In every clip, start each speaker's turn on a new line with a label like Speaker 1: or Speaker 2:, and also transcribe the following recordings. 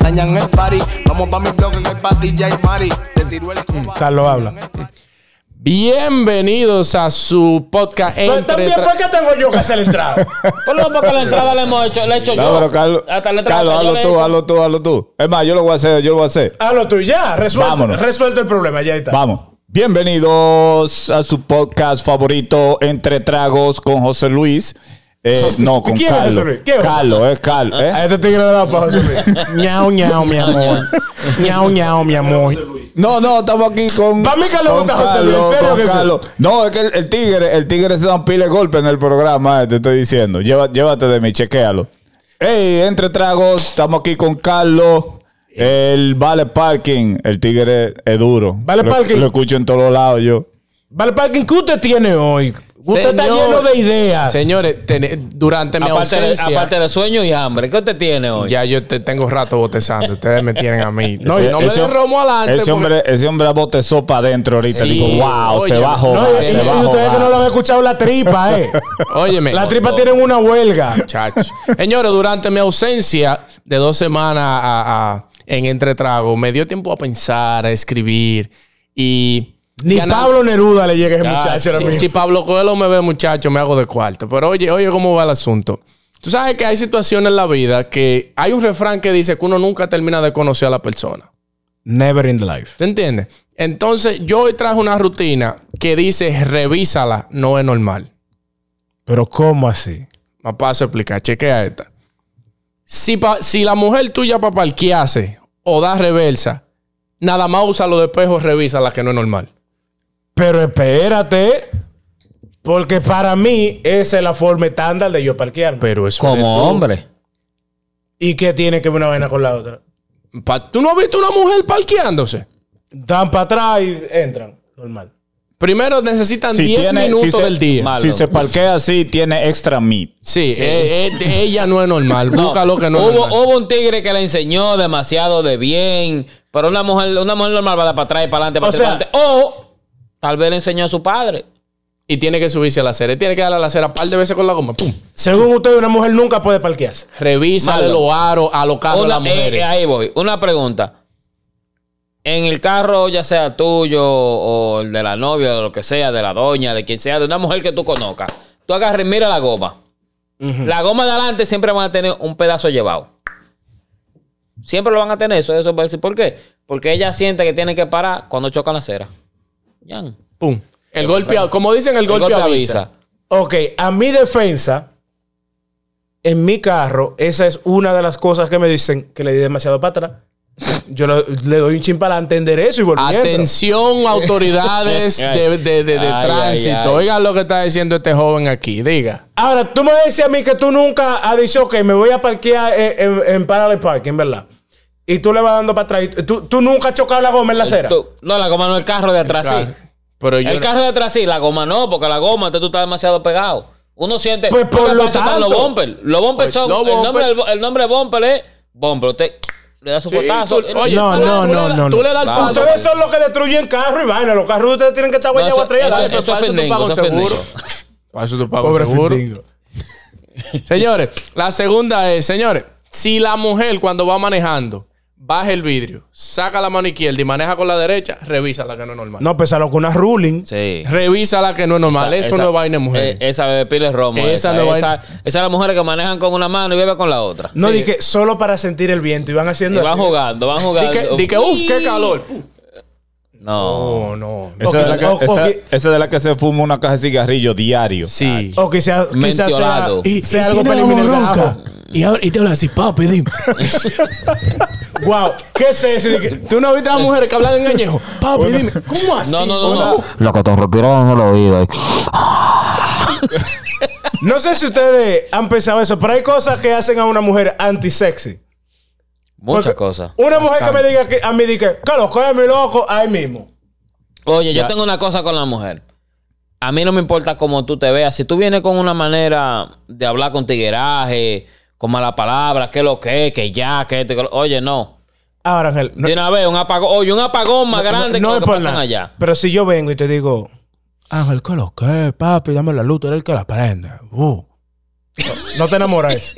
Speaker 1: dañan el party. Vamos pa' mi bloque que hay patilla y mari. Te tiro el coba.
Speaker 2: Carlos habla.
Speaker 3: Bienvenidos a su podcast
Speaker 4: Pero
Speaker 3: entre...
Speaker 4: también,
Speaker 3: tra-
Speaker 4: ¿por qué tengo yo que hacer la entrada?
Speaker 5: Por lo menos porque la entrada la hemos hecho, la he hecho yo.
Speaker 6: No, pero Carlos,
Speaker 5: Hasta la entrada
Speaker 6: Carlos,
Speaker 5: yo
Speaker 6: hazlo
Speaker 5: le he
Speaker 6: tú,
Speaker 5: hecho.
Speaker 6: hazlo tú, hazlo tú. Es más, yo lo voy a hacer, yo lo voy a hacer.
Speaker 4: Hazlo tú ya, resuelto,
Speaker 6: Vámonos.
Speaker 4: resuelto el problema, ya está.
Speaker 6: Vamos. Bienvenidos a su podcast favorito, Entre Tragos, con José Luis. Eh, no, con
Speaker 4: ¿Quién es José
Speaker 6: Carlos.
Speaker 4: Luis? ¿Quién es?
Speaker 6: Carlos, es Carlos. ¿eh?
Speaker 4: A este tigre de la paja,
Speaker 2: ñao, ñao, mi amor. ñao, ñao, mi amor.
Speaker 6: No, no, estamos aquí con.
Speaker 4: Pa' mí Carlos
Speaker 6: con
Speaker 4: gusta José Luis, en serio
Speaker 6: con
Speaker 4: que sí.
Speaker 6: Carlos. No, es que el, el tigre, el tigre se da un pile de golpe en el programa, eh, te estoy diciendo. Lleva- llévate de mí, chequéalo. Ey, entre tragos, estamos aquí con Carlos. El Vale Parking, el tigre es duro.
Speaker 4: Vale
Speaker 6: Lo-
Speaker 4: Parking.
Speaker 6: Lo escucho en todos lados yo.
Speaker 4: Vale, parking que usted tiene hoy. Usted está
Speaker 3: Señor-
Speaker 4: lleno de ideas.
Speaker 3: Señores, ten- durante mi
Speaker 5: Aparte de,
Speaker 3: ausencia...
Speaker 5: aparte de sueño y hambre, ¿qué usted tiene hoy?
Speaker 3: Ya yo te tengo rato botezando. Ustedes me tienen a mí. No,
Speaker 6: Ese-
Speaker 3: y no me
Speaker 6: ese-
Speaker 3: den romo adelante. porque-
Speaker 6: Ese hombre, ese hombre botezó para adentro ahorita.
Speaker 3: Sí,
Speaker 6: Digo, wow,
Speaker 3: oye,
Speaker 6: se bajó.
Speaker 4: No, y,
Speaker 3: se
Speaker 4: y-
Speaker 6: se
Speaker 4: y
Speaker 6: bajó.
Speaker 4: ustedes que no lo han escuchado la tripa, eh.
Speaker 3: Óyeme.
Speaker 4: La tripa tienen una huelga.
Speaker 3: Chacho. Señores, durante mi ausencia de dos semanas a- a- en Entretrago, me dio tiempo a pensar, a escribir y...
Speaker 4: Ni
Speaker 3: y anal-
Speaker 4: Pablo Neruda le llega a ese
Speaker 3: Ah,
Speaker 4: muchacho ahora
Speaker 3: si,
Speaker 4: mismo.
Speaker 3: si Pablo Coelho me ve, muchacho, me hago de cuarto. Pero oye, oye, ¿cómo va el asunto? Tú sabes que hay situaciones en la vida que hay un refrán que dice que uno nunca termina de conocer a la persona.
Speaker 4: Never in the life.
Speaker 3: ¿Te entiendes? Entonces, yo hoy traje una rutina que dice, revísala, no es normal.
Speaker 4: Pero ¿cómo así?
Speaker 3: Me paso a explicar, chequea esta. Si, pa- si la mujer tuya para parquearse o da reversa, nada más usa los despejos, revísala, que no es normal.
Speaker 4: Pero espérate. Porque para mí esa es la forma estándar de yo parquearme.
Speaker 3: Pero eso... eres
Speaker 5: Como
Speaker 3: tú.
Speaker 5: hombre.
Speaker 4: ¿Y qué tiene que ver una vaina con la otra?
Speaker 3: Pa- ¿Tú no has visto una mujer parqueándose?
Speaker 4: Dan para atrás y entran. Normal.
Speaker 3: Primero necesitan 10
Speaker 6: tiene- si
Speaker 3: minutos
Speaker 6: se-
Speaker 3: del día.
Speaker 6: Si se parquea así, tiene extra meat.
Speaker 3: Sí, eh, eh, ella no es normal.
Speaker 5: No,
Speaker 3: Búscalo que no es
Speaker 5: hubo,
Speaker 3: normal.
Speaker 5: hubo un tigre que le enseñó demasiado de bien, pero una mujer, una mujer normal va a dar para atrás y para adelante, para
Speaker 4: O
Speaker 5: atrás,
Speaker 4: sea-
Speaker 5: para adelante. O tal vez le enseñó a su padre.
Speaker 3: Y tiene que subirse a la acera. Tiene que darle a la acera un par de veces con la goma. ¡Pum!
Speaker 4: Según usted, una mujer nunca puede parquearse.
Speaker 3: Revísale
Speaker 5: Malo.
Speaker 3: los aros a los carros de
Speaker 5: Una-
Speaker 3: las mujeres.
Speaker 5: eh, eh, ahí voy. Una pregunta. En el carro, ya sea tuyo o el de la novia, o lo que sea, de la doña, de quien sea, de una mujer que tú conozcas, tú agarres, mira la goma. La goma de adelante siempre van a tener un pedazo llevado. Siempre lo van a tener. Eso, eso va a decir, ¿Por qué? Porque ella siente que tiene que parar cuando chocan la acera. Ya. El
Speaker 3: ¡Pum! El golpe, a- como dicen, eh, el golpe, avisa.
Speaker 4: Ok, a mi defensa, en mi carro, esa es una de las cosas que me dicen que le di demasiado para atrás. Yo lo- le doy un chin para adelante, enderezo y vuelvo y entro.
Speaker 3: Atención, autoridades de, de- de- de
Speaker 5: Ay,
Speaker 3: tránsito.
Speaker 5: ay, ay.
Speaker 3: Oigan lo que está diciendo este joven aquí. Diga.
Speaker 4: Ahora, tú me decías a mí que tú nunca has dicho, ok, me voy a parquear en, en, en Parallel Parking, ¿verdad? Y tú le vas dando para atrás. Y Tú, tú nunca has chocado la goma en la acera.
Speaker 5: Tú- no, la goma no, el carro de atrás sí.
Speaker 3: Pero yo
Speaker 5: El carro de atrás sí, la goma no, porque la goma entonces tú estás demasiado pegado. Uno siente.
Speaker 4: Pues, por
Speaker 5: Porque
Speaker 4: lo
Speaker 5: para eso están
Speaker 4: tanto.
Speaker 5: Los bumper. Los bumper
Speaker 3: Pues,
Speaker 5: son.
Speaker 3: los
Speaker 5: el, Nombre,
Speaker 3: bumper.
Speaker 5: del- el nombre de bumper es. Bumper. Usted le da su fuetazo.
Speaker 3: Tú- oye,
Speaker 4: No,
Speaker 3: tú le-
Speaker 4: no,
Speaker 3: tú le-
Speaker 4: no, no,
Speaker 3: Tú le
Speaker 4: no.
Speaker 3: das el
Speaker 5: Claro.
Speaker 3: paso.
Speaker 4: Ustedes son los que destruyen carros y vaina. Los carros de ustedes tienen que estar guayados
Speaker 5: eso-
Speaker 4: atrás. y
Speaker 5: eso-
Speaker 4: adelante.
Speaker 3: Pero
Speaker 5: eso es
Speaker 3: para tú
Speaker 5: fendingo,
Speaker 3: pagas un
Speaker 5: eso es
Speaker 3: seguro.
Speaker 5: fendingo.
Speaker 3: Para eso tú pagas un
Speaker 4: Pobre
Speaker 3: seguro.
Speaker 4: fendingo.
Speaker 3: Señores, la segunda es, señores, si la mujer cuando va manejando baja el vidrio, saca la mano izquierda y maneja con la derecha, revísala que no es normal.
Speaker 4: No, pues pésalo con una ruling.
Speaker 5: Sí.
Speaker 3: Revísala que no es normal.
Speaker 5: Esa-
Speaker 3: Eso no es vaina de mujer.
Speaker 5: eh, esa bebe pile romo.
Speaker 3: Esa
Speaker 5: Esa,
Speaker 3: no
Speaker 5: esa,
Speaker 3: es
Speaker 5: esa,
Speaker 3: vaina-
Speaker 5: es la mujer que manejan con una mano y bebe con la otra.
Speaker 4: No, dije solo para sentir el viento. Y van
Speaker 5: Y
Speaker 4: haciendo
Speaker 5: van
Speaker 4: así.
Speaker 5: jugando, van jugando.
Speaker 3: Di que, di que, uf, qué calor.
Speaker 5: No.
Speaker 3: Oh, no.
Speaker 6: Esa,
Speaker 4: Ok,
Speaker 6: es la que,
Speaker 4: ok,
Speaker 6: esa-
Speaker 4: ok.
Speaker 6: esa es de la que se fuma una caja de cigarrillo diario.
Speaker 3: Sí.
Speaker 4: O quizás quizá sea,
Speaker 5: Mentiolado.
Speaker 4: sea algo preliminar.
Speaker 3: Y, ahora- y te habla así, papi, dime.
Speaker 4: Wow, ¿qué es eso? Dije,
Speaker 3: ¿Tú no viste a las mujeres que hablan en añejo? Papi, dime. ¿Cómo así?
Speaker 5: No, no, no, no.
Speaker 7: La que te respiraron en el oído.
Speaker 4: No sé si ustedes han pensado eso, pero hay cosas que hacen a una mujer anti-sexy.
Speaker 5: Muchas
Speaker 4: Porque
Speaker 5: cosas.
Speaker 4: Una mujer que me diga que a mí diga, Carlos, coge mi loco ahí mismo.
Speaker 5: Oye, yo tengo una cosa con la mujer. A mí no me importa cómo tú te veas. Si tú vienes con una manera de hablar con tigueraje, con mala palabra, que lo que, que ya, que esto, que lo- Oye, no.
Speaker 4: Ahora, Ángel, no,
Speaker 5: De una vez, un apagón. Oye, un apagón más grande
Speaker 4: no
Speaker 5: que lo que
Speaker 4: por
Speaker 5: pasan
Speaker 4: nada.
Speaker 5: allá.
Speaker 4: Pero si yo vengo y te digo, Ángel, ¿qué lo que, papi? Dame la luz, tú eres el que la prende. Uh. No, no te enamoras.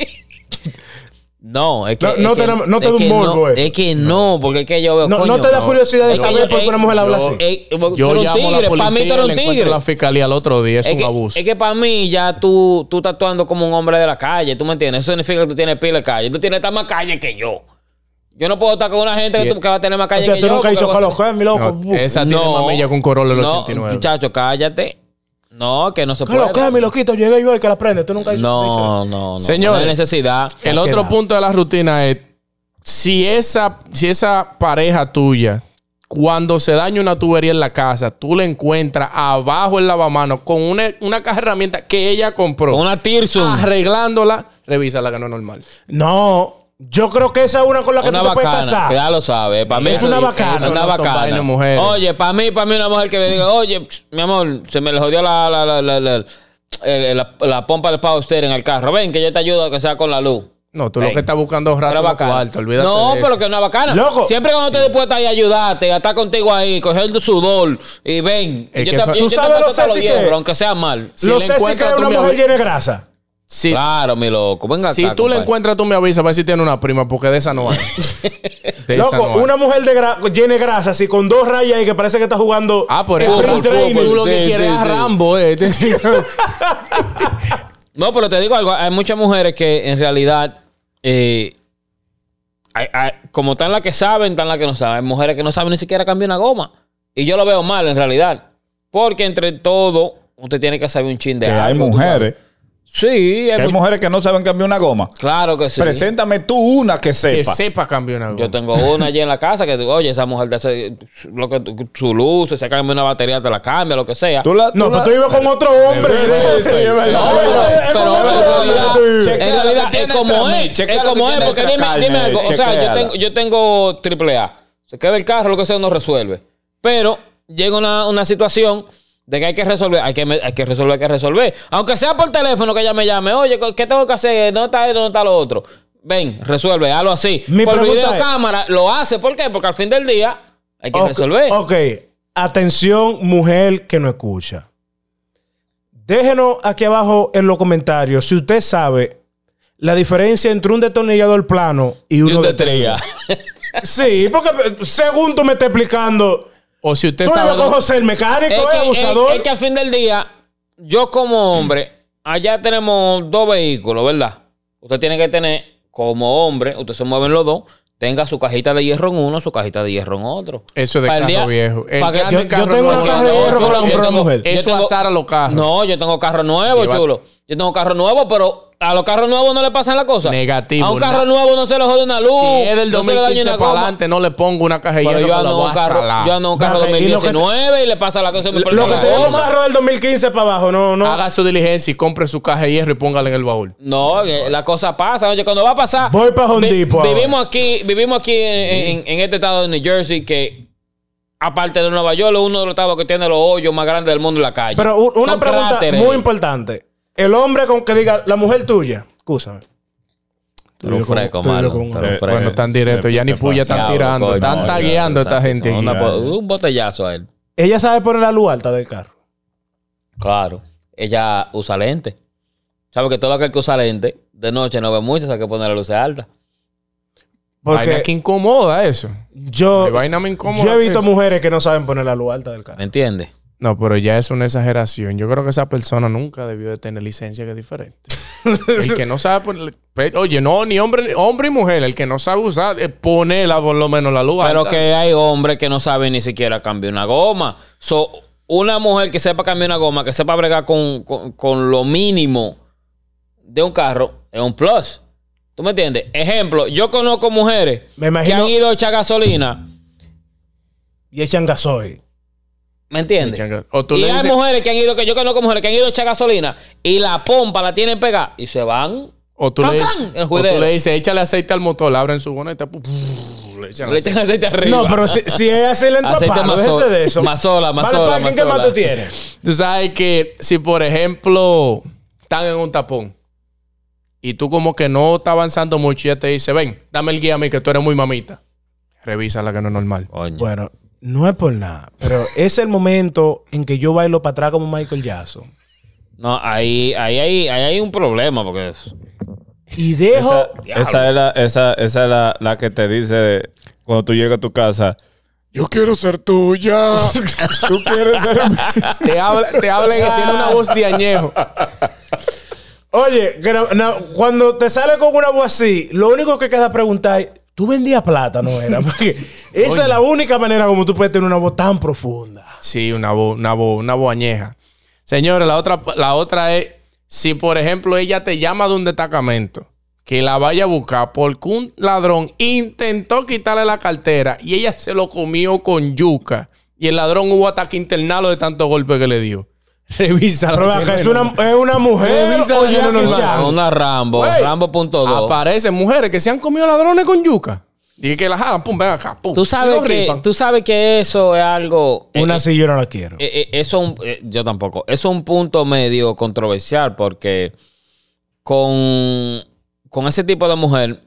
Speaker 5: No, es que.
Speaker 4: No- no
Speaker 5: es que-
Speaker 4: te da- no te
Speaker 5: es
Speaker 4: da un
Speaker 5: que
Speaker 4: morbo, eh.
Speaker 5: Es que no, porque es que yo veo.
Speaker 4: No-
Speaker 5: coño,
Speaker 4: no te da curiosidad de
Speaker 5: Es que
Speaker 4: saber por qué una mujer habla así.
Speaker 5: eh, tú
Speaker 3: Yo
Speaker 5: eres un
Speaker 3: llamo a
Speaker 5: tigre,
Speaker 3: la
Speaker 5: para mí tú
Speaker 3: policía,
Speaker 5: eres
Speaker 3: le
Speaker 5: un
Speaker 3: encuentro
Speaker 5: tigre.
Speaker 3: la fiscalía al otro día. Es,
Speaker 5: es
Speaker 3: un
Speaker 5: que,
Speaker 3: abuso.
Speaker 5: Es que para mí ya tú, tú estás actuando como un hombre de la calle, ¿tú me entiendes? Eso significa que tú tienes pila de calle. Tú tienes tan más calle que yo. Yo no puedo estar con una gente que, tú- que va a tener más
Speaker 4: O
Speaker 5: calle
Speaker 4: sea,
Speaker 5: que
Speaker 4: tú
Speaker 5: yo.
Speaker 4: nunca has
Speaker 5: porque
Speaker 4: dicho
Speaker 5: va a
Speaker 4: que
Speaker 5: ser-
Speaker 4: los juegan, mi loco. uh.
Speaker 3: No, esa tiene mamilla con Corolla del 89.
Speaker 5: muchacho, cállate. No, que no se
Speaker 4: Que
Speaker 5: puede.
Speaker 4: lo que, mi loquito, llegué yo y que la prende. Tú nunca has dicho-
Speaker 5: No, no, no.
Speaker 3: Señores.
Speaker 5: No hay necesidad.
Speaker 3: El otro punto de la rutina es si esa, si esa pareja tuya, cuando se daña una tubería en la casa, tú la encuentras abajo en lavamanos con una, una caja de herramientas que ella compró,
Speaker 5: Con una Tirsun.
Speaker 3: arreglándola, revísala que no es normal.
Speaker 4: No, yo creo que esa es una con la que
Speaker 5: una
Speaker 4: tú te puedes
Speaker 5: bacana, que
Speaker 4: casar.
Speaker 5: ya lo sabe. Para mí
Speaker 4: Es
Speaker 5: eso-
Speaker 4: una
Speaker 5: eso
Speaker 4: bacana,
Speaker 5: Es
Speaker 3: no
Speaker 5: una
Speaker 3: son
Speaker 5: bacana.
Speaker 3: vainas de mujeres.
Speaker 5: Oye, para mí, para mí una mujer que me diga, oye, pss, mi amor, se me le jodió la, la, la, la, la, el- la- la pompa del power steering al carro. Ven, que yo te ayudo a que sea con la luz.
Speaker 3: No, tú lo
Speaker 5: Ey,
Speaker 3: que estás buscando es
Speaker 5: Una
Speaker 3: rato
Speaker 5: bacana.
Speaker 3: cuarto, olvídate
Speaker 5: no,
Speaker 3: de eso.
Speaker 5: pero que es una bacana.
Speaker 4: Loco.
Speaker 5: Siempre cuando estés dispuesta ahí a ayudarte, a estar contigo ahí, coger tu sudor y ven.
Speaker 3: Es
Speaker 5: yo
Speaker 3: que
Speaker 5: te,
Speaker 3: eso-
Speaker 5: yo
Speaker 3: Tú
Speaker 5: te
Speaker 4: sabes
Speaker 5: paso
Speaker 4: lo
Speaker 5: hasta los
Speaker 4: sexy que
Speaker 5: hierros,
Speaker 4: es.
Speaker 5: aunque sea mal.
Speaker 3: Sí,
Speaker 4: lo sé
Speaker 3: le
Speaker 4: si que
Speaker 3: encuentras
Speaker 4: es
Speaker 3: tú,
Speaker 4: una
Speaker 3: mi
Speaker 4: mujer
Speaker 3: abuelo.
Speaker 4: llena de grasa.
Speaker 3: Si,
Speaker 5: Claro, mi loco. Venga
Speaker 3: si
Speaker 5: acá,
Speaker 3: tú la
Speaker 5: compadre.
Speaker 3: encuentras, tú me avisas para ver si tiene una prima, porque de esa no hay. De esa
Speaker 4: Loco,
Speaker 3: no hay.
Speaker 4: una mujer de gra- llena de grasa, así con dos rayas y que parece que está jugando.
Speaker 3: Ah, por
Speaker 4: el
Speaker 3: eso.
Speaker 4: free
Speaker 3: Tú,
Speaker 4: training.
Speaker 3: tú lo que
Speaker 5: Sí,
Speaker 3: quieres
Speaker 5: sí,
Speaker 3: es a
Speaker 5: sí.
Speaker 3: Rambo, eh.
Speaker 5: No, pero te digo algo, hay muchas mujeres que en realidad, eh, hay- hay- como están las que saben, están las que no saben. Hay mujeres que no saben ni siquiera cambiar una goma. Y yo lo veo mal en realidad. Porque entre todo, usted tiene que saber un chin de
Speaker 6: Que
Speaker 5: algo,
Speaker 6: hay
Speaker 5: tú
Speaker 6: mujeres.
Speaker 5: sabes. Sí, hay
Speaker 6: Que hay
Speaker 5: mu-
Speaker 6: mujeres que no saben cambiar una goma.
Speaker 5: claro que sí.
Speaker 6: Preséntame tú una que
Speaker 3: que
Speaker 6: sepa.
Speaker 3: sepa cambiar una
Speaker 5: Yo
Speaker 3: goma.
Speaker 5: tengo una allí en la casa que digo, oye, esa mujer te hace lo que tú- su luz, se cambia una batería, te la cambia, lo que sea.
Speaker 6: Tú la-
Speaker 4: No, pero
Speaker 6: tú la-
Speaker 4: tú vives con otro hombre.
Speaker 6: Sí, sí, es verdad.
Speaker 5: No, pero- pero en realidad, en
Speaker 6: Chequea lo que
Speaker 5: realidad es
Speaker 6: tiene
Speaker 5: como
Speaker 6: extra
Speaker 5: es.
Speaker 6: meat,
Speaker 5: Es
Speaker 6: chequea lo que
Speaker 5: como es,
Speaker 6: tiene
Speaker 5: porque dime,
Speaker 6: extra
Speaker 5: dime
Speaker 6: carne,
Speaker 5: algo. O sea, yo
Speaker 6: chequéala.
Speaker 5: tengo, yo tengo triple A. Se queda el carro, lo que sea, no resuelve. Pero llega una, una situación de que hay que resolver, hay que, me- hay que resolver, hay que resolver. Aunque sea por teléfono que ella me llame, oye, ¿qué tengo que hacer? ¿Dónde está esto? ¿Dónde está lo otro? Ven, resuelve, hazlo así.
Speaker 4: Mi
Speaker 5: por
Speaker 4: pregunta es-
Speaker 5: videocámara lo hace. ¿Por qué? Porque al fin del día hay que
Speaker 4: Ok,
Speaker 5: resolver.
Speaker 4: Ok, atención, mujer que no escucha. Déjenos aquí abajo en los comentarios si usted sabe la diferencia entre un detornillador plano y
Speaker 5: Y
Speaker 4: uno
Speaker 5: un
Speaker 4: de
Speaker 5: de tría.
Speaker 4: Sí, porque eh, según tú me estás explicando,
Speaker 3: O si usted
Speaker 4: tú
Speaker 3: sabe.
Speaker 4: ibas con José el mecánico,
Speaker 5: es
Speaker 4: eh,
Speaker 5: que,
Speaker 4: abusador.
Speaker 5: es- es que al fin del día, yo como hombre, allá tenemos dos vehículos, ¿verdad? Usted tiene que tener, como hombre, usted se mueven los dos, tenga su cajita de hierro en uno, su cajita de hierro en otro.
Speaker 3: Eso es de
Speaker 5: Para el
Speaker 3: carro
Speaker 5: día-
Speaker 3: viejo. Eh, El
Speaker 5: para que-
Speaker 3: grande
Speaker 5: yo-
Speaker 4: yo
Speaker 3: carro
Speaker 4: tengo
Speaker 3: nuevo,
Speaker 4: una
Speaker 3: el
Speaker 4: caja de
Speaker 3: grande
Speaker 4: hierro que
Speaker 3: otro,
Speaker 4: la compró
Speaker 3: eso-
Speaker 4: una mujer.
Speaker 5: Yo
Speaker 3: Eso
Speaker 5: tengo-
Speaker 3: azara los carros.
Speaker 5: No, yo tengo carro nuevo,
Speaker 3: Lleva-
Speaker 5: chulo. Yo tengo carro nuevo, pero a los carros nuevos no le pasan las cosas.
Speaker 3: Negativo,
Speaker 5: A un
Speaker 3: na-
Speaker 5: carro nuevo no se le jode una luz.
Speaker 3: Si es del
Speaker 5: no se le daña
Speaker 3: 2015
Speaker 5: una
Speaker 3: para
Speaker 5: goma.
Speaker 3: adelante, no le pongo una caja de
Speaker 5: Pero
Speaker 3: hierro.
Speaker 5: yo
Speaker 3: que la
Speaker 5: ando
Speaker 3: voy
Speaker 5: un
Speaker 3: a
Speaker 5: carro,
Speaker 3: salar.
Speaker 5: yo ando un carro
Speaker 4: Baja, y lo que te-
Speaker 5: 2019 y le pasa la cosa. y me
Speaker 4: Lo
Speaker 5: prende
Speaker 4: que
Speaker 5: la
Speaker 4: te un
Speaker 5: goma.
Speaker 4: carro del 2015 para abajo, no, no.
Speaker 3: Haga su diligencia y compre su caja de hierro y póngala en el baúl.
Speaker 5: No, que la cosa pasa. Oye, cuando va a pasar.
Speaker 4: Voy pa' Home
Speaker 5: vi-
Speaker 4: Depot ahora.
Speaker 5: Vivimos aquí, vivimos aquí en, en- en este estado de New Jersey, que aparte de Nueva York, es uno de los estados que tiene los hoyos más grandes del mundo en la calle.
Speaker 4: Pero u- una
Speaker 5: Son
Speaker 4: pregunta
Speaker 5: cráteres.
Speaker 4: muy importante. El hombre con que diga, la mujer tuya, escúchame.
Speaker 5: Tú eres un fresco,
Speaker 4: Tú eres
Speaker 5: mano.
Speaker 4: con-
Speaker 5: Tú eres un fresco.
Speaker 3: Bueno, tan directo. Eh, Ya ni
Speaker 6: ¿qué
Speaker 3: puya
Speaker 6: pasa?
Speaker 3: están
Speaker 5: Diablo,
Speaker 3: tirando.
Speaker 5: coño,
Speaker 3: Están
Speaker 5: no,
Speaker 3: tagueando a esta
Speaker 5: exacto,
Speaker 3: gente.
Speaker 5: son una
Speaker 3: aquí.
Speaker 5: po- un botellazo a él.
Speaker 4: Ella sabe poner la luz alta del carro.
Speaker 5: Claro. Ella usa lente. Sabe que todo aquel que usa lente de noche no ve mucho, o sea, hay que poner la luz alta.
Speaker 3: Vaina
Speaker 4: Porque
Speaker 3: que incomoda eso.
Speaker 4: yo,
Speaker 3: De vaina me incomoda.
Speaker 4: yo he visto
Speaker 3: eso.
Speaker 4: mujeres que no saben poner la luz alta del carro.
Speaker 5: ¿Me entiendes?
Speaker 3: No, pero ya es una exageración. Yo creo que esa persona nunca debió de tener licencia que es diferente. el que no sabe poner- pe- Oye, no, ni hombre, hombre y mujer. El que no sabe usar, eh, ponela por lo menos la luz.
Speaker 5: Pero
Speaker 3: alta.
Speaker 5: que hay hombres que no saben ni siquiera cambiar una goma. So, una mujer que sepa cambiar una goma, que sepa bregar con, con- con lo mínimo de un carro, es un plus. ¿Tú me entiendes? Ejemplo, yo conozco mujeres
Speaker 4: Me imagino-
Speaker 5: que han ido a echar gasolina.
Speaker 4: Y echan gasoil.
Speaker 5: ¿Me entiendes?
Speaker 3: Changa- O tú
Speaker 5: Y
Speaker 3: le
Speaker 5: hay
Speaker 3: dices,
Speaker 5: mujeres que han ido, que yo conozco mujeres que han ido a echar gasolina y la pompa la tienen pegada y se van.
Speaker 3: o tú le
Speaker 5: ¡Clan,
Speaker 3: dices-
Speaker 5: clan! El
Speaker 3: o tú
Speaker 5: juidero.
Speaker 3: le dices, échale aceite al motor, abren su boneta. pu- pu- le echan
Speaker 5: Le
Speaker 3: aceite.
Speaker 5: echan aceite arriba.
Speaker 4: No, pero si, si es así, le entra
Speaker 5: Aceite
Speaker 4: palo.
Speaker 5: más
Speaker 4: déjese
Speaker 5: sola.
Speaker 4: de eso.
Speaker 5: Más sola, más
Speaker 4: Vale,
Speaker 5: sola,
Speaker 4: parking,
Speaker 5: más
Speaker 4: ¿qué más
Speaker 5: sola.
Speaker 4: tú tienes?
Speaker 3: Tú sabes que si, por ejemplo, están en un tapón y tú como que no estás avanzando mucho y ella te dice, ven, dame el guía a mí que tú eres muy mamita. Revísala que no es normal.
Speaker 5: Coño.
Speaker 4: Bueno, no es por nada. Pero es el momento en que yo bailo para atrás como Michael Jackson.
Speaker 5: No, ahí, ahí, ahí, ahí hay un problema porque
Speaker 4: y dejo.
Speaker 6: Esa, Eh, esa es, la, esa, esa es la, la que te dice cuando tú llegas a tu casa. Yo quiero ser tuya. tú quieres ser mía.
Speaker 3: Te habla, te habla que tiene una voz de añejo.
Speaker 4: Oye, que no- no, cuando te sale con una voz así, lo único que queda preguntar es: ¿tú vendías plátano? Era? Porque esa es la única manera como tú puedes tener una voz tan
Speaker 5: Ah,
Speaker 4: profunda.
Speaker 3: Sí, una voz, una voz, una voz añeja. Señores, la otra, la otra es, si por ejemplo ella te llama de un destacamento, que la vaya a buscar porque un ladrón intentó quitarle la cartera y ella se lo comió con yuca. Y el ladrón hubo ataque internado de tantos golpes que le dio. Revisa
Speaker 4: Pero vea que es una, es una mujer.
Speaker 3: Revisa
Speaker 4: o
Speaker 3: la
Speaker 4: Jackie
Speaker 3: normal.
Speaker 4: Chan.
Speaker 5: Una Rambo,
Speaker 3: Wey.
Speaker 5: Rambo.2.
Speaker 3: Aparecen mujeres que se han comido ladrones con yuca. Dije que la jalan, pum, ven acá, pum.
Speaker 5: Tú
Speaker 3: Y
Speaker 5: sabes
Speaker 3: lo
Speaker 5: que,
Speaker 3: rifan.
Speaker 5: tú sabes que eso es algo. eh,
Speaker 4: Una
Speaker 5: eh,
Speaker 4: así yo no la quiero.
Speaker 5: eh, eh, eso un- eh, yo tampoco. Eso es un punto medio controversial porque con, con ese tipo de mujer,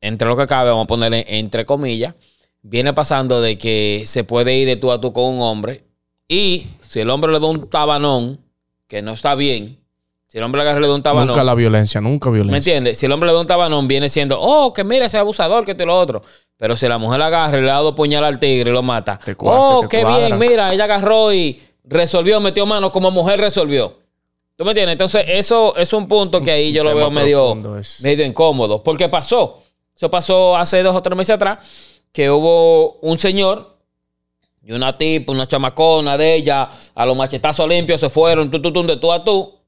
Speaker 5: entre lo que cabe, vamos a ponerle entre comillas, viene pasando de que se puede ir de tú a tú con un hombre y si el hombre le da un tabanón que no está bien, si el hombre le agarra y le da un tabanón,
Speaker 3: Nunca la violencia, nunca violencia.
Speaker 5: ¿Me entiendes? Si el hombre le da un tabanón, viene siendo, oh, que mira ese abusador, que te lo otro. Pero si la mujer la agarra y le da dos puñal al tigre y lo mata.
Speaker 3: Te cuadra,
Speaker 5: oh,
Speaker 3: te
Speaker 5: qué
Speaker 3: cuadra.
Speaker 5: bien, mira, ella agarró y resolvió, metió mano como mujer resolvió. ¿Tú me entiendes? Entonces, eso es un punto que ahí yo lo
Speaker 3: tema
Speaker 5: veo medio,
Speaker 3: profundo es.
Speaker 5: medio incómodo. Porque pasó. Eso pasó hace dos o tres meses atrás, que hubo un señor y una tipa, una chamacona de ella, a los machetazos limpios se fueron, tú, tú, tú, de tú a tú.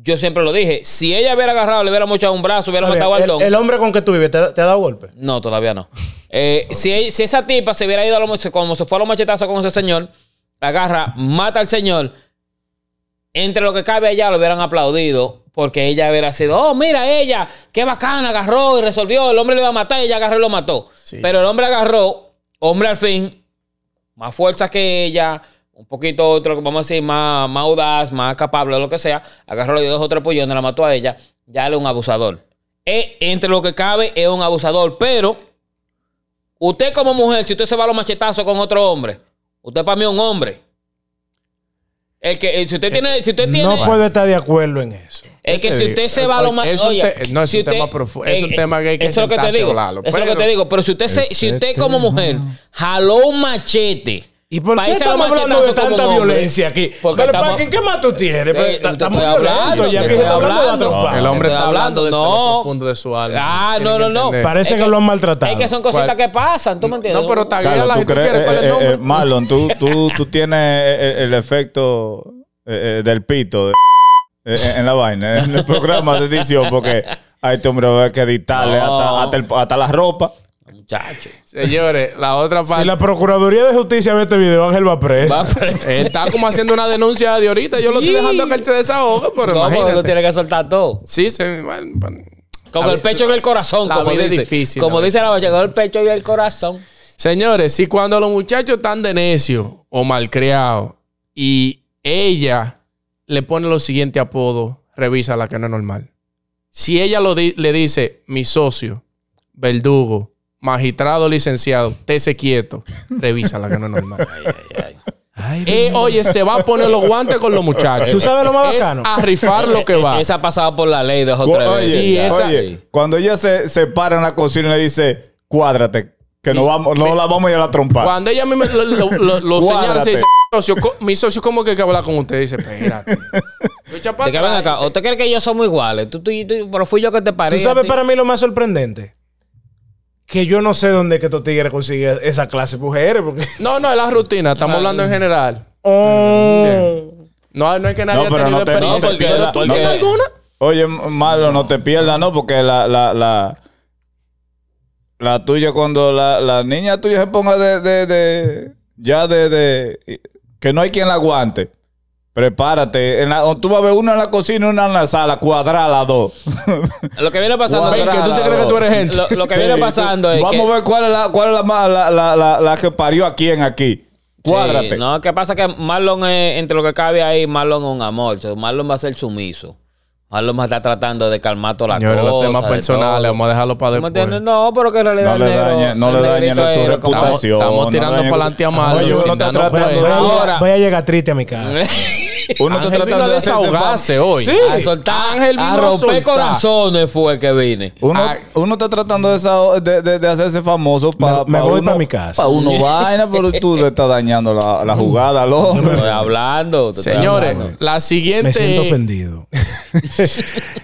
Speaker 5: Yo siempre lo dije, si ella hubiera agarrado, le hubiera mochado un brazo, hubiera
Speaker 4: Está bien,
Speaker 5: matado al
Speaker 4: el,
Speaker 5: don.
Speaker 4: el hombre con que tú vives te, te ha dado golpe.
Speaker 5: No, todavía no. Eh, si, ella- si esa tipa se hubiera ido a los mach- como se fue a los machetazos con ese señor, la agarra, mata al señor. Entre lo que cabe allá lo hubieran aplaudido porque ella hubiera sido, oh, mira ella, qué bacana, agarró y resolvió. El hombre le iba a matar y ella agarró y lo mató.
Speaker 3: Sí.
Speaker 5: Pero el hombre agarró, hombre al fin, más fuerza que ella, un poquito otro, vamos a decir, más, más audaz, más capable, lo que sea, agarró los dos o tres pollones, la mató a ella, ya él es un abusador. Eh, entre lo que cabe, es un abusador, pero usted como mujer, si usted se va a los machetazos con otro hombre, usted para mí es un hombre. El que, el- si usted tiene, si usted tiene,
Speaker 4: No puedo estar de acuerdo en eso.
Speaker 5: es que
Speaker 3: te
Speaker 5: si
Speaker 3: digo? eh,
Speaker 5: usted se va a los
Speaker 3: Oye, es un
Speaker 5: machetazos.
Speaker 3: te- no, es un tema profu- es un tema que hay que
Speaker 5: eh, Eso es lo que te
Speaker 3: sentarse a
Speaker 5: digo.
Speaker 3: hablarlo,
Speaker 5: eso es lo
Speaker 3: pero-
Speaker 5: que te digo. Pero si usted, se, si usted como mujer jaló un machete.
Speaker 4: ¿Y por
Speaker 5: pa'
Speaker 4: qué
Speaker 5: irse a los
Speaker 4: estamos hablando de
Speaker 5: machetazos como
Speaker 4: tanta
Speaker 5: un hombre?
Speaker 4: violencia aquí?
Speaker 5: Porque
Speaker 4: Pero
Speaker 5: estamos-
Speaker 4: ¿para qué, qué más tú tienes? Pero
Speaker 5: Eh,
Speaker 4: está-
Speaker 5: te
Speaker 4: estamos
Speaker 5: estoy hablando,
Speaker 4: violentos,
Speaker 5: te
Speaker 4: ya que
Speaker 5: estoy
Speaker 4: se está hablando de
Speaker 5: hablando.
Speaker 4: otro
Speaker 5: No,
Speaker 4: pan.
Speaker 3: El hombre
Speaker 5: Estoy
Speaker 3: está hablando desde
Speaker 5: hablando, no.
Speaker 3: lo profundo de su alma.
Speaker 5: Ah,
Speaker 3: Tienen
Speaker 5: no,
Speaker 3: que
Speaker 5: no, no.
Speaker 3: entender.
Speaker 4: Parece
Speaker 5: Es
Speaker 4: que,
Speaker 5: que-
Speaker 4: lo han maltratado.
Speaker 5: Es que son cositas
Speaker 3: ¿Cuál?
Speaker 5: que pasan, ¿tú me entiendes?
Speaker 3: No, pero taguea a
Speaker 6: Carlos,
Speaker 3: la
Speaker 6: tú
Speaker 3: gente. ¿Tú
Speaker 6: crees,
Speaker 3: quieres cuál es
Speaker 6: eh,
Speaker 3: el
Speaker 6: eh,
Speaker 3: nombre?
Speaker 6: eh, Marlon, tú, tú, tú tienes eh, eh, el efecto eh, eh, del pito de- eh, eh, en la vaina, en el programa de edición, porque hay este hombre va a haber que editarle
Speaker 5: No.
Speaker 6: hasta, hasta, el- hasta la ropa.
Speaker 5: Muchacho.
Speaker 3: Señores, la otra
Speaker 4: Si
Speaker 3: parte. pues,
Speaker 4: la Procuraduría de Justicia ve este video, Ángel va preso.
Speaker 3: Está como haciendo una denuncia de ahorita. Yo lo estoy dejando que él se desahogue, pero
Speaker 5: ¿Cómo lo
Speaker 3: imagínate.
Speaker 5: tiene que soltar todo?
Speaker 3: Sí, se. bueno, bueno.
Speaker 5: Como
Speaker 3: La
Speaker 5: el
Speaker 3: vida-
Speaker 5: pecho y el corazón,
Speaker 3: la
Speaker 5: como
Speaker 3: vida es
Speaker 5: dice.
Speaker 3: difícil,
Speaker 5: como
Speaker 3: la
Speaker 5: dice la bachata, el pecho y el corazón.
Speaker 3: Señores, si cuando los muchachos están de necio o malcriados y ella le pone los siguientes apodos, revisa la que no es normal. Si ella lo di- le dice mi socio, verdugo, magistrado, licenciado, tese quieto, revisa la que no es normal. Eh, oye, se va a poner los guantes con los muchachos.
Speaker 4: ¿Tú sabes lo más
Speaker 3: es
Speaker 4: bacano?
Speaker 3: a rifar lo que va.
Speaker 5: Eh, Esa ha pasado por la ley de
Speaker 6: Cu-
Speaker 5: otra vez.
Speaker 6: Oye,
Speaker 3: Sí, esa-
Speaker 6: oye, cuando ella se, se para en la cocina y le dice, cuádrate, que no, vamos, no la vamos a ir a la trompa.
Speaker 3: Cuando ella a mí me lo, lo- lo- lo señala, se
Speaker 6: Cuádrate.
Speaker 3: dice, "Socio, co- mi socio, ¿cómo que hay que hablar con usted? Dice, espérate. Yo, chapa,
Speaker 5: Te quedan acá. ¿O te crees que ellos somos iguales? Tú, tú, tú- pero fui yo que te paré.
Speaker 4: ¿Tú
Speaker 5: a
Speaker 4: sabes
Speaker 5: ti.
Speaker 4: para mí lo más sorprendente? Que yo no sé dónde es que estos tigres consiguen esa clase de mujeres. Porque...
Speaker 3: No, no, es la rutina.
Speaker 5: Ah,
Speaker 3: Estamos hablando en general.
Speaker 5: Mm.
Speaker 4: Oh.
Speaker 3: No, no es que nadie
Speaker 6: No,
Speaker 3: ha
Speaker 6: pero
Speaker 3: tenido
Speaker 6: no te- no
Speaker 3: experiencia.
Speaker 6: te pierdas,
Speaker 3: ¿Tú
Speaker 6: porque-
Speaker 3: tienes alguna?
Speaker 6: Oye, Marlon, no te pierdas, ¿no? Porque la, la, la, la tuya, cuando la, la niña tuya se ponga de, de, de- ya de, de, que no hay quien la aguante. Prepárate. En la- o tú vas a ver una en la cocina y una en la sala, cuadrar las dos.
Speaker 5: Lo que viene pasando
Speaker 6: Cuadra-
Speaker 5: es
Speaker 3: ¿Que tú te crees que tú eres gente?
Speaker 5: Lo, lo que
Speaker 6: Sí,
Speaker 5: viene
Speaker 6: tú-
Speaker 5: pasando es
Speaker 6: Vamos
Speaker 5: que...
Speaker 6: a ver cuál es la, cuál es la, más- la, la, la, la que parió a quién aquí. Cuádrate.
Speaker 5: Sí, no, que pasa que Marlon, es- entre lo que cabe ahí, Marlon es un amor. O sea, Marlon va a ser sumiso. Marlon va a estar tratando de calmar toda la
Speaker 3: Señores,
Speaker 5: cosa.
Speaker 3: los temas
Speaker 5: de
Speaker 3: personales,
Speaker 5: todo.
Speaker 3: vamos a dejarlo para
Speaker 5: ¿Tú me entiendes?
Speaker 3: después.
Speaker 5: No, pero que en realidad
Speaker 6: No le
Speaker 5: el negro-
Speaker 6: dañe- no
Speaker 5: el
Speaker 6: le dañe
Speaker 5: negreso
Speaker 6: su
Speaker 5: es-
Speaker 6: reputación.
Speaker 3: Estamos, estamos
Speaker 6: No
Speaker 3: tirando
Speaker 6: dañe-
Speaker 3: para adelante a
Speaker 6: Oye,
Speaker 3: malo.
Speaker 6: uno
Speaker 3: sin
Speaker 6: está
Speaker 3: darnos
Speaker 6: tratando
Speaker 3: cuenta.
Speaker 6: de-
Speaker 4: Voy a
Speaker 5: Ahora-
Speaker 4: llegar- voy a llegar triste a mi casa.
Speaker 6: Uno está
Speaker 3: Ángel
Speaker 6: tratando
Speaker 3: vino a
Speaker 6: de hacerse
Speaker 3: desahogarse
Speaker 6: fam-
Speaker 3: hoy.
Speaker 4: Sí.
Speaker 5: A soltar,
Speaker 3: Ángel vino
Speaker 5: a
Speaker 3: a
Speaker 5: romper
Speaker 3: soltar.
Speaker 5: corazones fue que vine.
Speaker 6: Uno,
Speaker 3: Ah.
Speaker 6: uno está tratando de, esa- de- de- de hacerse famoso para
Speaker 4: Me- me voy pa' mi casa.
Speaker 6: Para uno vaina, pero tú le estás dañando la, la jugada al hombre.
Speaker 5: Estoy hablando. te estoy
Speaker 3: Señores,
Speaker 5: hablando.
Speaker 3: la siguiente.
Speaker 4: Me siento
Speaker 3: es-
Speaker 4: ofendido.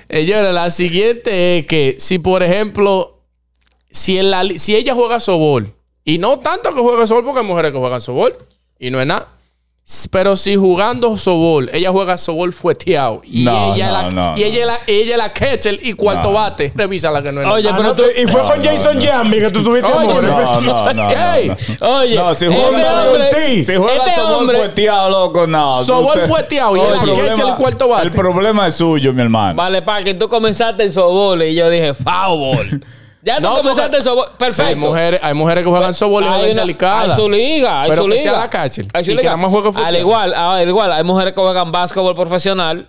Speaker 3: Señora, Eh, la siguiente es que si, por ejemplo, si, en la li- si ella juega sobol, y no tanto que juegue sobol, porque hay mujeres que juegan sobol, y no es nada. S- Pero si jugando sobol, ella juega sobol fueteado. Y
Speaker 6: No,
Speaker 3: ella
Speaker 6: no,
Speaker 3: la,
Speaker 6: no,
Speaker 3: y
Speaker 6: no.
Speaker 3: ella la, ella la catcher y cuarto
Speaker 6: No.
Speaker 3: bate. Revísala que no es nada.
Speaker 5: Oye,
Speaker 4: Ah,
Speaker 5: pero
Speaker 4: no,
Speaker 5: tú.
Speaker 4: Y fue con Jason Yambi que tú tuviste
Speaker 3: Oye,
Speaker 4: amor.
Speaker 3: no.
Speaker 6: No, no, no. no,
Speaker 3: Ey,
Speaker 6: no.
Speaker 5: Oye,
Speaker 6: No, si
Speaker 5: ese
Speaker 6: juega
Speaker 5: hombre-
Speaker 4: ti.
Speaker 6: Si juega
Speaker 5: este
Speaker 6: sobol
Speaker 5: hombre-
Speaker 6: fueteado, loco, no.
Speaker 3: Sobol
Speaker 6: Usted-
Speaker 3: fueteado y
Speaker 6: El
Speaker 3: ella la catcher y cuarto bate.
Speaker 6: el problema es suyo, mi hermano.
Speaker 5: Vale, para que tú comenzaste en sobol y yo dije, foul. Ya tú
Speaker 3: No, porque-
Speaker 5: comenzaste en sobol.
Speaker 3: Sí, hay,
Speaker 5: Perfecto.
Speaker 3: mujeres, Pues, hay mujeres que juegan sobol y
Speaker 5: hay,
Speaker 3: juegan
Speaker 5: una-
Speaker 3: delicadas.
Speaker 5: hay su liga, hay
Speaker 3: Pero
Speaker 5: su
Speaker 3: que
Speaker 5: liga.
Speaker 3: sea la catcher.
Speaker 5: Hay su
Speaker 3: Y que
Speaker 5: liga.
Speaker 3: nada más juegue
Speaker 5: al
Speaker 3: fútbol.
Speaker 5: igual, ah, al igual, hay mujeres que juegan básquetbol profesional.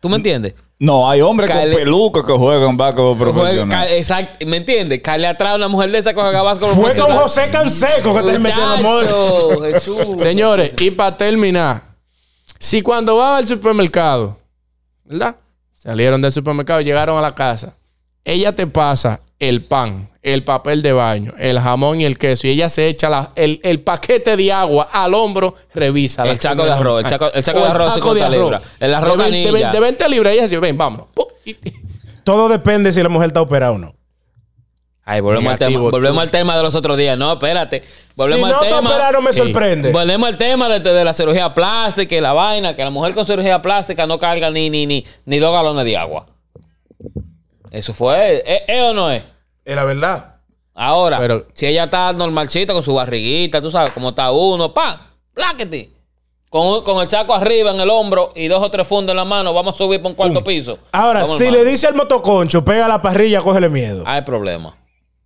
Speaker 5: ¿Tú me entiendes?
Speaker 6: No, hay hombres
Speaker 5: Cale-
Speaker 6: con peluca que juegan básquetbol
Speaker 5: Juega-
Speaker 6: profesional.
Speaker 5: ca- exacto, ¿me entiendes? Cale atrás a una mujer de esa que juega básquetbol
Speaker 4: Fue con
Speaker 5: profesional.
Speaker 4: José Canseco que te metió el amor.
Speaker 5: Muchacho, Jesús.
Speaker 3: Señores, y para terminar, si cuando van al supermercado, ¿verdad? Salieron del supermercado, llegaron a la casa, ella te pasa el pan, el papel de baño, el jamón y el queso, y ella se echa la- el, el paquete de agua al hombro, revisa.
Speaker 5: El chaco de arroz, el chaco- el chaco de arroz, 50 libras. El arroz
Speaker 3: de, veinte- de
Speaker 5: canilla.
Speaker 3: veinte- de 20 libras, ella dice, ven, vámonos. Pum, y-
Speaker 4: Todo depende si la mujer está operada o no.
Speaker 5: Ay, volvemos, al tema,
Speaker 3: Negativo,
Speaker 5: volvemos al tema de los otros días. No, espérate. Volvemos
Speaker 4: si no
Speaker 5: al
Speaker 4: te
Speaker 5: tema.
Speaker 4: operaron, me sorprende.
Speaker 5: Volvemos al tema de, de la cirugía plástica y la vaina, que la mujer con cirugía plástica no carga ni, ni, ni, ni dos galones de agua. Eso fue. ¿Es, es o no es?
Speaker 4: Es la verdad.
Speaker 5: Ahora,
Speaker 3: Pero-
Speaker 5: si ella está normalcita con su barriguita, tú sabes, como está uno, pa, pláquete. Con, un- con el saco arriba en el hombro y dos o tres fundos en la mano, vamos a subir para un cuarto piso.
Speaker 4: Ahora,
Speaker 5: Vamos,
Speaker 4: si
Speaker 5: hermano. Ah.
Speaker 4: le dice al motoconcho, pega la parrilla, cógele miedo.
Speaker 5: Hay problema.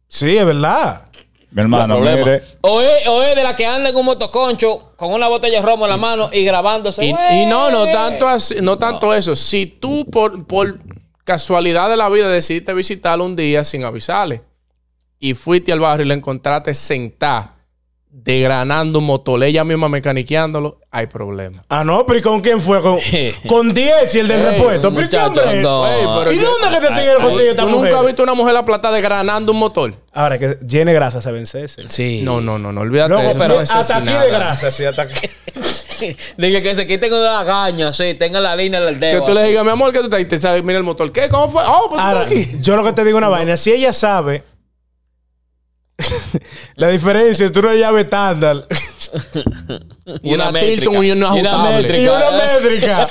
Speaker 4: Sí, es verdad.
Speaker 6: Mi hermano,
Speaker 5: problema.
Speaker 6: mire.
Speaker 5: O es, o es de la que anda en un motoconcho con una botella de romo en la mano y grabándose.
Speaker 3: Y, y no, no
Speaker 4: Pues,
Speaker 3: tanto así- no tanto eso. Si tú por, por casualidad de la vida decidiste visitarlo un día sin avisarle y fuiste al barrio y la encontraste sentada degranando un motor, ella misma mecaniqueándolo, hay problema.
Speaker 4: Ah, no, pero ¿y con quién fue? Con, con 10 y el del
Speaker 3: Ey,
Speaker 4: repuesto. ¿Pero ¿y qué
Speaker 5: muchacho,
Speaker 4: hombre?
Speaker 5: no.
Speaker 3: Ey, pero
Speaker 4: ¿Y
Speaker 3: yo-
Speaker 4: dónde que te
Speaker 5: ay,
Speaker 4: tiene el
Speaker 5: ay,
Speaker 4: José y esta
Speaker 3: ¿Tú nunca has
Speaker 4: mujer?
Speaker 3: visto una mujer la plata degranando un motor?
Speaker 4: Ahora, que llene grasa se vence ese.
Speaker 5: Sí.
Speaker 3: No, no, no, no, olvídate de
Speaker 4: Luego,
Speaker 3: eso.
Speaker 4: pero
Speaker 3: eso no es
Speaker 4: hasta aquí de
Speaker 3: asesinada.
Speaker 4: grasa, sí, hasta aquí.
Speaker 5: Dije que se quiten una gaña, sí, tengan la línea del
Speaker 3: Que
Speaker 5: dedo.
Speaker 3: tú le digas, mi amor, que tú te, y te sabes, mira el motor. ¿Qué? ¿Cómo fue? Oh, pues tú
Speaker 4: Ahora,
Speaker 3: estás aquí.
Speaker 4: yo lo que te digo una vaina, si ella sabe la diferencia entre una llave estándar
Speaker 5: Y una
Speaker 3: Una
Speaker 5: métrica.
Speaker 3: Tilson y una
Speaker 5: Y una
Speaker 3: ajustable.
Speaker 5: métrica.
Speaker 4: y una métrica,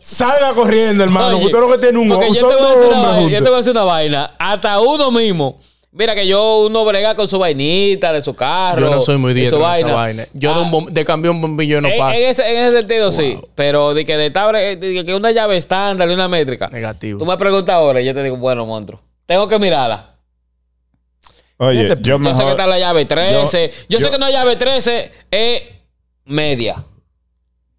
Speaker 4: salga corriendo, hermano.
Speaker 5: Oye,
Speaker 4: que Usted lo que tiene un
Speaker 5: porque
Speaker 4: un-
Speaker 5: yo
Speaker 4: son
Speaker 5: te, voy a
Speaker 4: dos
Speaker 5: decir una
Speaker 4: hombres
Speaker 5: vaina, yo te
Speaker 4: juntos.
Speaker 5: voy a decir una vaina. Hasta uno mismo. Mira que yo, uno brega con su vainita, de su carro.
Speaker 3: Yo no soy muy
Speaker 5: de
Speaker 3: diestro
Speaker 5: su
Speaker 3: en esa vaina. Eh, Yo de,
Speaker 5: Ah,
Speaker 3: un bom- de cambiar un bombillo yo no
Speaker 5: en,
Speaker 3: paso.
Speaker 5: en ese, en ese sentido sí, pero de que de tabla- eh, de que una llave estándar y una métrica.
Speaker 3: Negativo.
Speaker 5: Tú me preguntas ahora y yo te digo, bueno, monstruo, tengo que mirarla.
Speaker 6: Oye, yo
Speaker 5: Yo sé que
Speaker 6: mejor...
Speaker 5: está la llave 13. Yo,
Speaker 6: yo-
Speaker 5: sé que una llave 13 es media.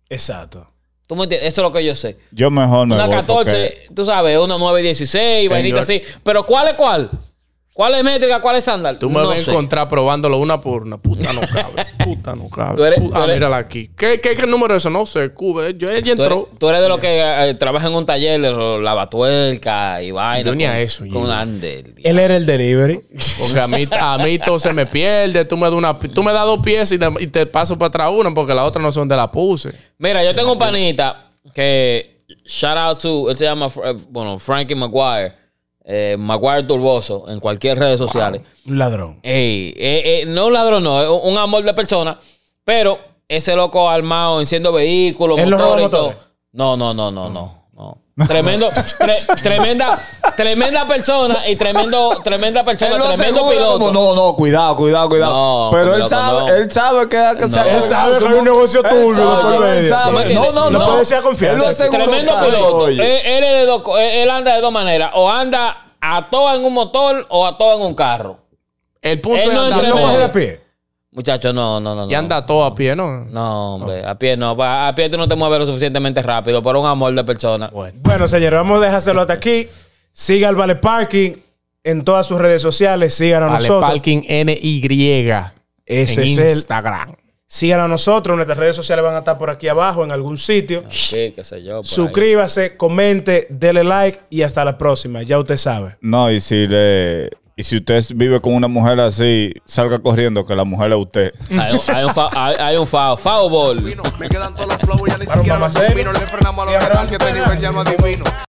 Speaker 4: Exacto.
Speaker 5: ¿Tú me entiendes? Eso es lo que yo sé.
Speaker 6: Yo mejor me
Speaker 5: Una
Speaker 6: voy
Speaker 5: 14, tú sabes, una 9, 16, vainita así.
Speaker 3: Señor.
Speaker 5: Pero ¿cuál es cuál? ¿Cuál es métrica? ¿Cuál es estándar?
Speaker 3: Tú me
Speaker 5: No
Speaker 3: vas a
Speaker 5: sé.
Speaker 3: encontrar probándolo una por una. Puta no cabe. Puta no cabe.
Speaker 5: Tú eres-
Speaker 3: Puta-
Speaker 5: tú
Speaker 3: ah,
Speaker 5: eres-
Speaker 3: mírala aquí. ¿Qué, qué, qué número es eso? No sé. Cube. Yo, ella
Speaker 5: Tú
Speaker 3: entró.
Speaker 5: eres, tú eres de los que eh, trabaja en un taller de los lavatuerca y vaina.
Speaker 3: Yo ni
Speaker 5: con-
Speaker 3: a eso
Speaker 5: Con
Speaker 3: llego.
Speaker 5: Ander.
Speaker 4: Él era el delivery.
Speaker 3: Porque a mí, a mí todo se me pierde. Tú me, das una, tú me das dos pies y te, y te paso para atrás una porque la otra no sé dónde la puse.
Speaker 5: Mira, yo tengo un panita que shout out to, él se llama eh, bueno, Frankie Maguire, eh, Maguire Turboso en cualquier redes sociales.
Speaker 4: Un ladrón.
Speaker 5: Ey, eh, eh, no un ladrón, no, es un- un amor de persona, pero ese loco armado enciendo vehículos,
Speaker 4: Él no roba
Speaker 5: motores y todo.
Speaker 4: motores.
Speaker 5: No, no, no, no, no. no. Tremendo, tre- tremenda, tremenda persona y tremendo, tremenda persona,
Speaker 6: Él lo
Speaker 5: tremendo
Speaker 6: asegura
Speaker 5: piloto.
Speaker 6: como, no, no, cuidado, cuidado, cuidado.
Speaker 5: No,
Speaker 6: pero
Speaker 5: loco,
Speaker 6: él sabe,
Speaker 5: no.
Speaker 6: él sabe que, que se
Speaker 4: Él sabe que hay un negocio turbio
Speaker 6: Él sabe,
Speaker 4: de por
Speaker 6: él
Speaker 4: medio.
Speaker 6: sabe.
Speaker 5: Sí.
Speaker 6: No, no,
Speaker 5: No
Speaker 6: no.
Speaker 4: puede ser confianza.
Speaker 6: Él lo aseguró
Speaker 5: Tremendo
Speaker 6: tanto,
Speaker 5: piloto. Eh. Él,
Speaker 6: oye.
Speaker 5: él es de dos co- él- él anda de dos maneras. O anda a toa en un motor o a toa en un carro.
Speaker 3: El punto
Speaker 5: Él
Speaker 3: es
Speaker 5: no
Speaker 3: andar
Speaker 4: ¿No
Speaker 5: tremendo.
Speaker 4: coge de
Speaker 3: todo.
Speaker 4: pie?
Speaker 5: Muchachos, no, no, no.
Speaker 3: Y
Speaker 5: no.
Speaker 3: anda todo a pie, ¿no?
Speaker 5: No, hombre, a pie no. pa- A pie tú no te mueves lo suficientemente rápido por un amor de persona.
Speaker 4: Bueno, señores, vamos a dejárselo hasta aquí. Siga al Vale Parking en todas sus redes sociales. Sigan a
Speaker 3: Vale,
Speaker 4: nosotros.
Speaker 3: Parking NY.
Speaker 4: Ese
Speaker 3: en
Speaker 4: es el
Speaker 3: Instagram.
Speaker 4: Sigan a nosotros, nuestras redes sociales van a estar por aquí abajo, en algún
Speaker 3: Ah,
Speaker 4: sitio.
Speaker 5: Sí, qué sé yo. por ahí.
Speaker 4: Suscríbase, comente, dele like y hasta la próxima. Ya usted sabe.
Speaker 6: No, y si le. Y si usted vive con una mujer así, salga corriendo que la mujer es usted.
Speaker 5: Hay un, hay un, fa- hay, hay un fa- foul ball.
Speaker 1: Me quedan todos los flows, ya ni
Speaker 4: Para un
Speaker 1: siquiera los
Speaker 4: mamacero.
Speaker 1: combino. Le frenamos a
Speaker 4: Y
Speaker 1: los
Speaker 4: ahora
Speaker 1: retal que este nivel ya no adivino.